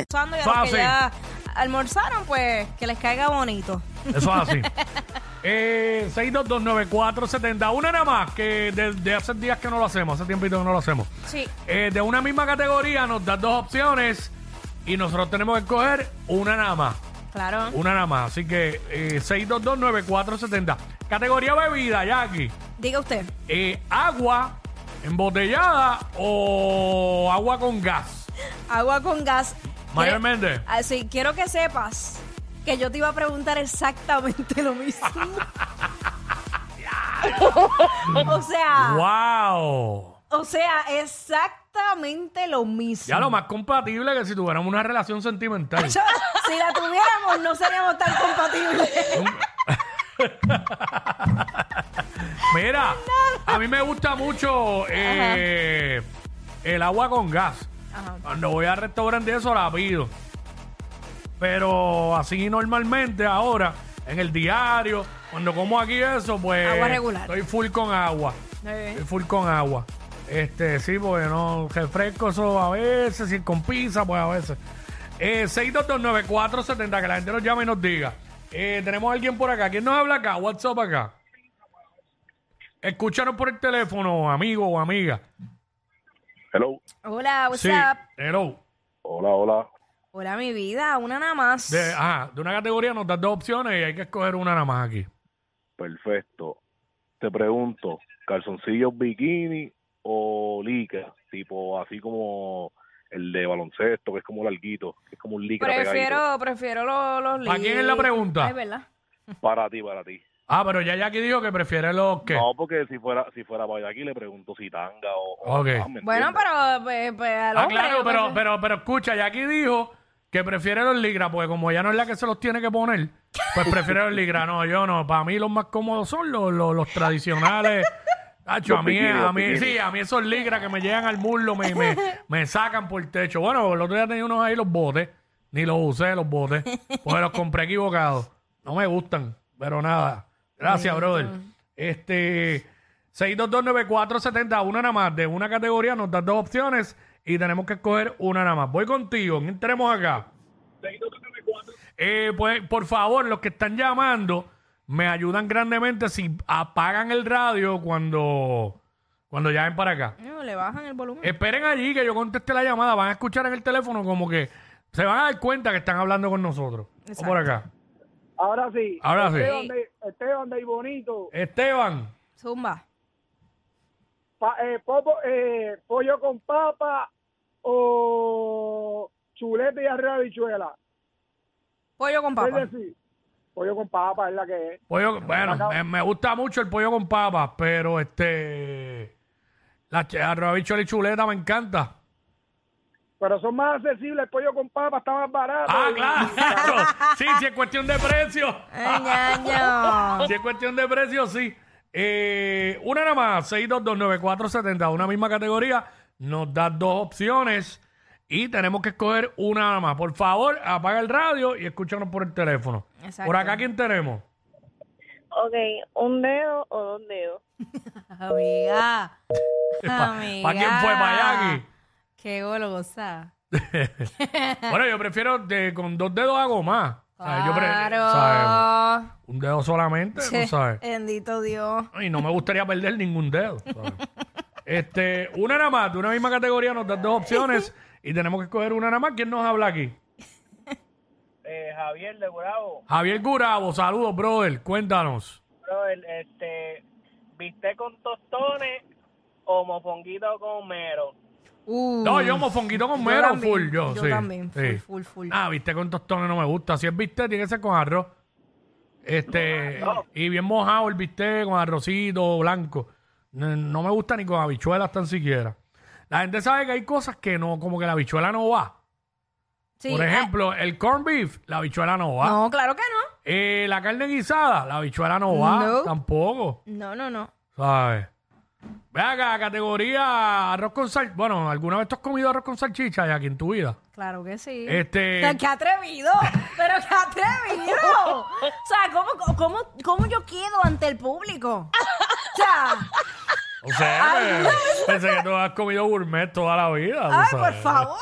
almorzando y a los Fácil. que ya almorzaron, pues que les caiga bonito. Eso es así. Eh, 6229470. Una nada más, que desde hace días que no lo hacemos, hace tiempito que no lo hacemos. Sí. Eh, de una misma categoría nos dan dos opciones y nosotros tenemos que escoger una nada más. Claro. Una nada más. Así que eh, 6229470. Categoría bebida, Jackie. Diga usted. Eh, agua embotellada o agua con gas. Agua con gas. Mayormente. Así, quiero que sepas que yo te iba a preguntar exactamente lo mismo. o sea, ¡Wow! o sea, exactamente lo mismo. Ya lo más compatible que si tuviéramos una relación sentimental. Yo- si la tuviéramos, no seríamos tan compatibles. Mira, a mí me gusta mucho eh, el agua con gas. Ajá. Cuando voy al restaurante eso la pido. Pero así normalmente ahora, en el diario, cuando como aquí eso, pues Agua regular. estoy full con agua. Muy bien. Estoy Eh, full con agua. Este, sí, porque no refresco eso a veces, si con pizza, pues a veces. Eh, 6229470, que la gente nos llame y nos diga. Eh, tenemos a alguien por acá. ¿Quién nos habla acá? WhatsApp acá. Escúchanos por el teléfono, amigo o amiga. Hello. Hola, what's sí. up? Hello. Hola, hola. Hola, mi vida, una nada más. De, ajá, de una categoría nos das dos opciones y hay que escoger una nada más aquí. Perfecto. Te pregunto, ¿calzoncillos bikini o lica? Tipo así como el de baloncesto, que es como larguito, que es como un lica pegadito. Prefiero, prefiero los, los ¿Para quién es la libros. pregunta? Ay, ¿verdad? Para ti, para ti. Ah, pero ya Jackie dijo que prefiere los que. No, porque si fuera si fuera para aquí le pregunto si tanga o... o- Ok. ah, ¿me Bueno, entiendes? pero pues, pues, al Ah, hombre, claro, yo pero, prefiero- pero, pero escucha, Jackie dijo que prefiere los ligras, porque como ella no es la que se los tiene que poner, pues prefiere los ligras. No, yo no. Para mí los más cómodos son los, los, los tradicionales. Tacho, Los a mí, bikinis, a los mí, bikinis. sí, a mí esos ligras que me llegan al muslo me, me, me sacan por el techo. Bueno, el otro día tenía unos ahí los botes, ni los usé los botes, porque los compré equivocados. No me gustan, pero nada. Gracias, brother. Este 6229470, una nada más. De una categoría nos das dos opciones y tenemos que escoger una nada más. Voy contigo, ¿quién tenemos acá? Eh, pues, por favor, los que están llamando, me ayudan grandemente si apagan el radio cuando, cuando llamen para acá. No, le bajan el volumen. Esperen allí que yo conteste la llamada. Van a escuchar en el teléfono como que se van a dar cuenta que están hablando con nosotros. O Exacto. por acá. Ahora sí. este Ahora sí. Esteban de, Esteban de Bonito. Esteban, Zumba. Pa- eh, popo- eh, pollo con papa o chuleta y arroz de habichuela. Pollo con papa. Es decir, pollo con papa es la que es. pollo, bueno, me, me gusta mucho el pollo con papas, pero este. La ch- arroz, habichuela y chuleta me encanta. Pero son más accesibles. El pollo con papa está más barato. Ah, Y- claro. Sí, sí, es cuestión de precio. Ay, ñaño. Si es cuestión de precio, sí. Eh, una nada más, 6229470, una misma categoría, nos da dos opciones y tenemos que escoger una nada más. Por favor, apaga el radio y escúchanos por el teléfono. Exacto. Por acá, ¿quién tenemos? Ok, un dedo o dos dedos. Amiga. Amiga. ¿Para Eh, quién fue? ¿Para Jackie? Qué golosa. Bueno, yo prefiero de- con dos dedos hago más. O sea, yo pre- ¿sabes? Claro. Un dedo solamente, Che, ¿no sabes? Bendito Dios. Y no me gustaría perder ningún dedo. ¿sabes? este, una nada más, de una misma categoría nos dan dos opciones y tenemos que escoger una nada más. ¿Quién nos habla aquí? Javier de Bravo, Javier Gurabo, saludos, brother. Cuéntanos. este, ¿viste con tostones o mofonguito con mero? Uh, No, yo mofonguito con mero también, full, yo, sí, también. Full, sí. full, full. Ah, viste con tostones no me gusta. Si es viste, tiene que ser con arroz. Este, y bien mojado el bistec con arrocito blanco. No, no me gusta ni con habichuelas tan siquiera. La gente sabe que hay cosas que no, como que la habichuela no va. Sí, Por ah, ejemplo, ah. el corned beef, la bichuela no va. no, claro que no. Eh, la carne guisada, la bichuela no va No. tampoco. No, no, no. ¿Sabes? Ve acá, categoría arroz con sal... Bueno, ¿alguna vez tú has comido arroz con salchicha ya aquí en tu vida? Claro que sí. Este- Pero ¡Qué atrevido! ¡Pero qué atrevido! O sea, ¿cómo, cómo, cómo yo quedo ante el público? O sea, O sea, eh, pensé que tú has comido gourmet toda la vida. tú ay, por sabes. favor.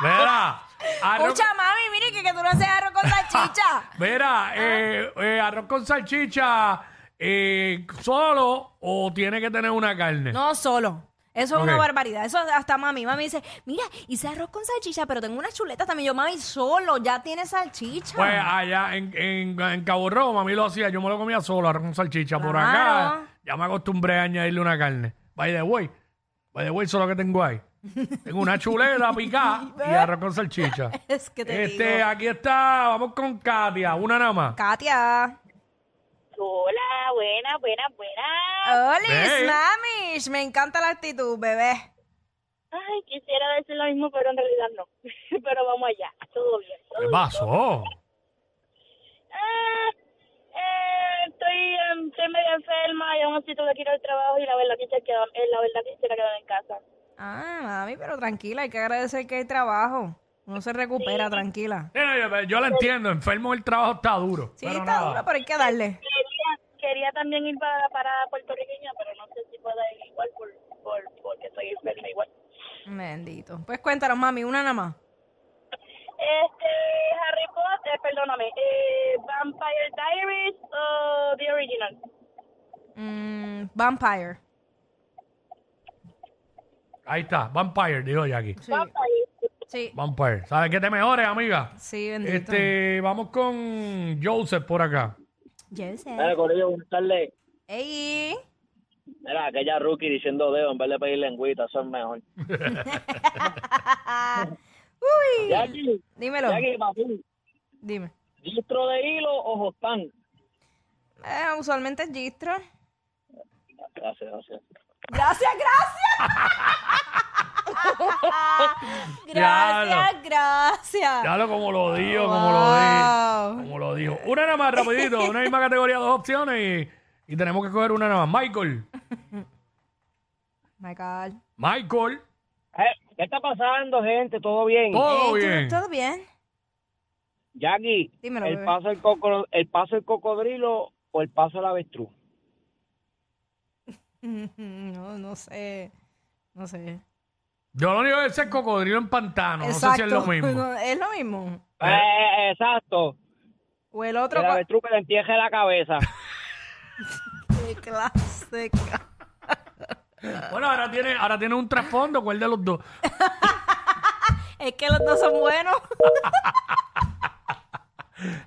Mira, arroz, Escucha, mami, mire que, que tú no haces arroz con salchicha. Ah. mira, eh, eh, arroz con salchicha eh, solo o tiene que tener una carne. No solo. Eso es Ok. una barbaridad. Eso hasta mami. Mami dice, mira, hice arroz con salchicha, pero tengo unas chuletas también. Yo, mami, solo, ya tiene salchicha. Pues allá en, en, en Cabo Rojo, mami lo hacía, yo me lo comía solo, arroz con salchicha. Por Claro. acá ya me acostumbré a añadirle una carne. By the way, by the way, eso es lo que tengo ahí. Tengo una chuleta picada y arroz con salchicha. es que te Este, ah, digo. aquí está, vamos con Katia, una nada más. Katia. Hola, buena, buena, buena. Olis, Hey. mamis. Me encanta la actitud, bebé. Ay, quisiera decir lo mismo, pero en realidad no. pero vamos allá, todo bien. todo ¿Qué bien. pasó? Ah, eh, estoy, em, estoy medio enferma y aún así tuve que ir al trabajo y la verdad quisiera quedarme, eh, la verdad quisiera quedarme en casa. Ah, mami, pero tranquila, hay que agradecer que hay trabajo. Uno se recupera, tranquila. Sí, no, yo, yo la entiendo, enfermo del trabajo está duro. Sí, pero está nada. duro, pero hay que darle. Quería, quería también ir para la parada puertorriqueña, pero no sé si pueda ir igual por, por, porque estoy enferma igual. Bendito. Pues cuéntanos, mami, una nada más. Este, Harry Potter, perdóname, eh, Vampire Diaries o The Original. Mm, vampire. Ahí está, Vampire, dijo Jackie. Sí, sí, Vampire. ¿Sabes qué te mejores, amiga? sí bendito. Este, vamos con Joseph por acá. Joseph. Mira, Corillo, buenas tardes. Ey. Mira, aquella rookie diciendo dedo en vez de pedir lengüita, eso es mejor. Uy. Jackie, Dímelo. Jackie, papi, Dime. ¿distro de hilo o hostán? Eh, usualmente es gistro. Gracias, gracias. Gracias, gracias. gracias, gracias. Ya lo como lo dijo, como lo dijo. Wow. Como lo dijo. Una nada más, rapidito. Una misma categoría, dos opciones y, y tenemos que coger una nada más. Michael. My God. Michael. Eh, ¿Qué está pasando, gente? ¿Todo bien? Todo Eh, ¿tú- bien. ¿Todo bien? Jackie, Dímelo, el, bebé. paso del coco- ¿el paso del cocodrilo o el paso del avestruz? No, no sé. No sé. Yo lo único que sé es cocodrilo en pantano. No sé si es lo mismo. No, es lo mismo. Eh, exacto. O el otro. El pa- avestruz que le entierre la cabeza. Qué clásica. Bueno, ahora tiene, ahora tiene un trasfondo. ¿Cuál de los dos? Es que los dos son buenos.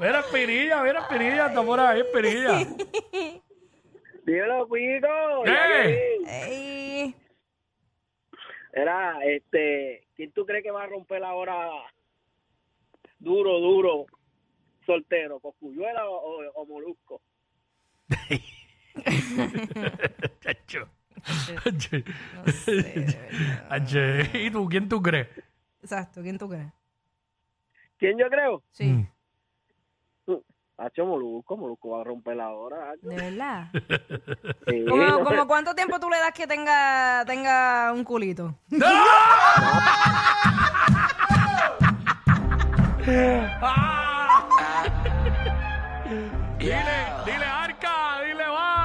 Mira, Espinilla, mira, Espinilla. Está por ahí, Espinilla. Dímelo, Eh. Pico. ¿Qué? Ey. Era, este, ¿quién tú crees que va a romper ahora duro, duro, soltero? ¿Coscuyuela o, o- o Molusco? Chacho. Chacho. ¿Y tú? ¿Quién tú crees? Exacto. ¿Quién tú crees? ¿Quién yo creo? Sí. Mm. Hacho Molusco, Molusco va a romper ahora. De verdad. Sí, ¿Cómo, como cuánto tiempo tú le das que tenga, tenga un culito? Ah. dile, dile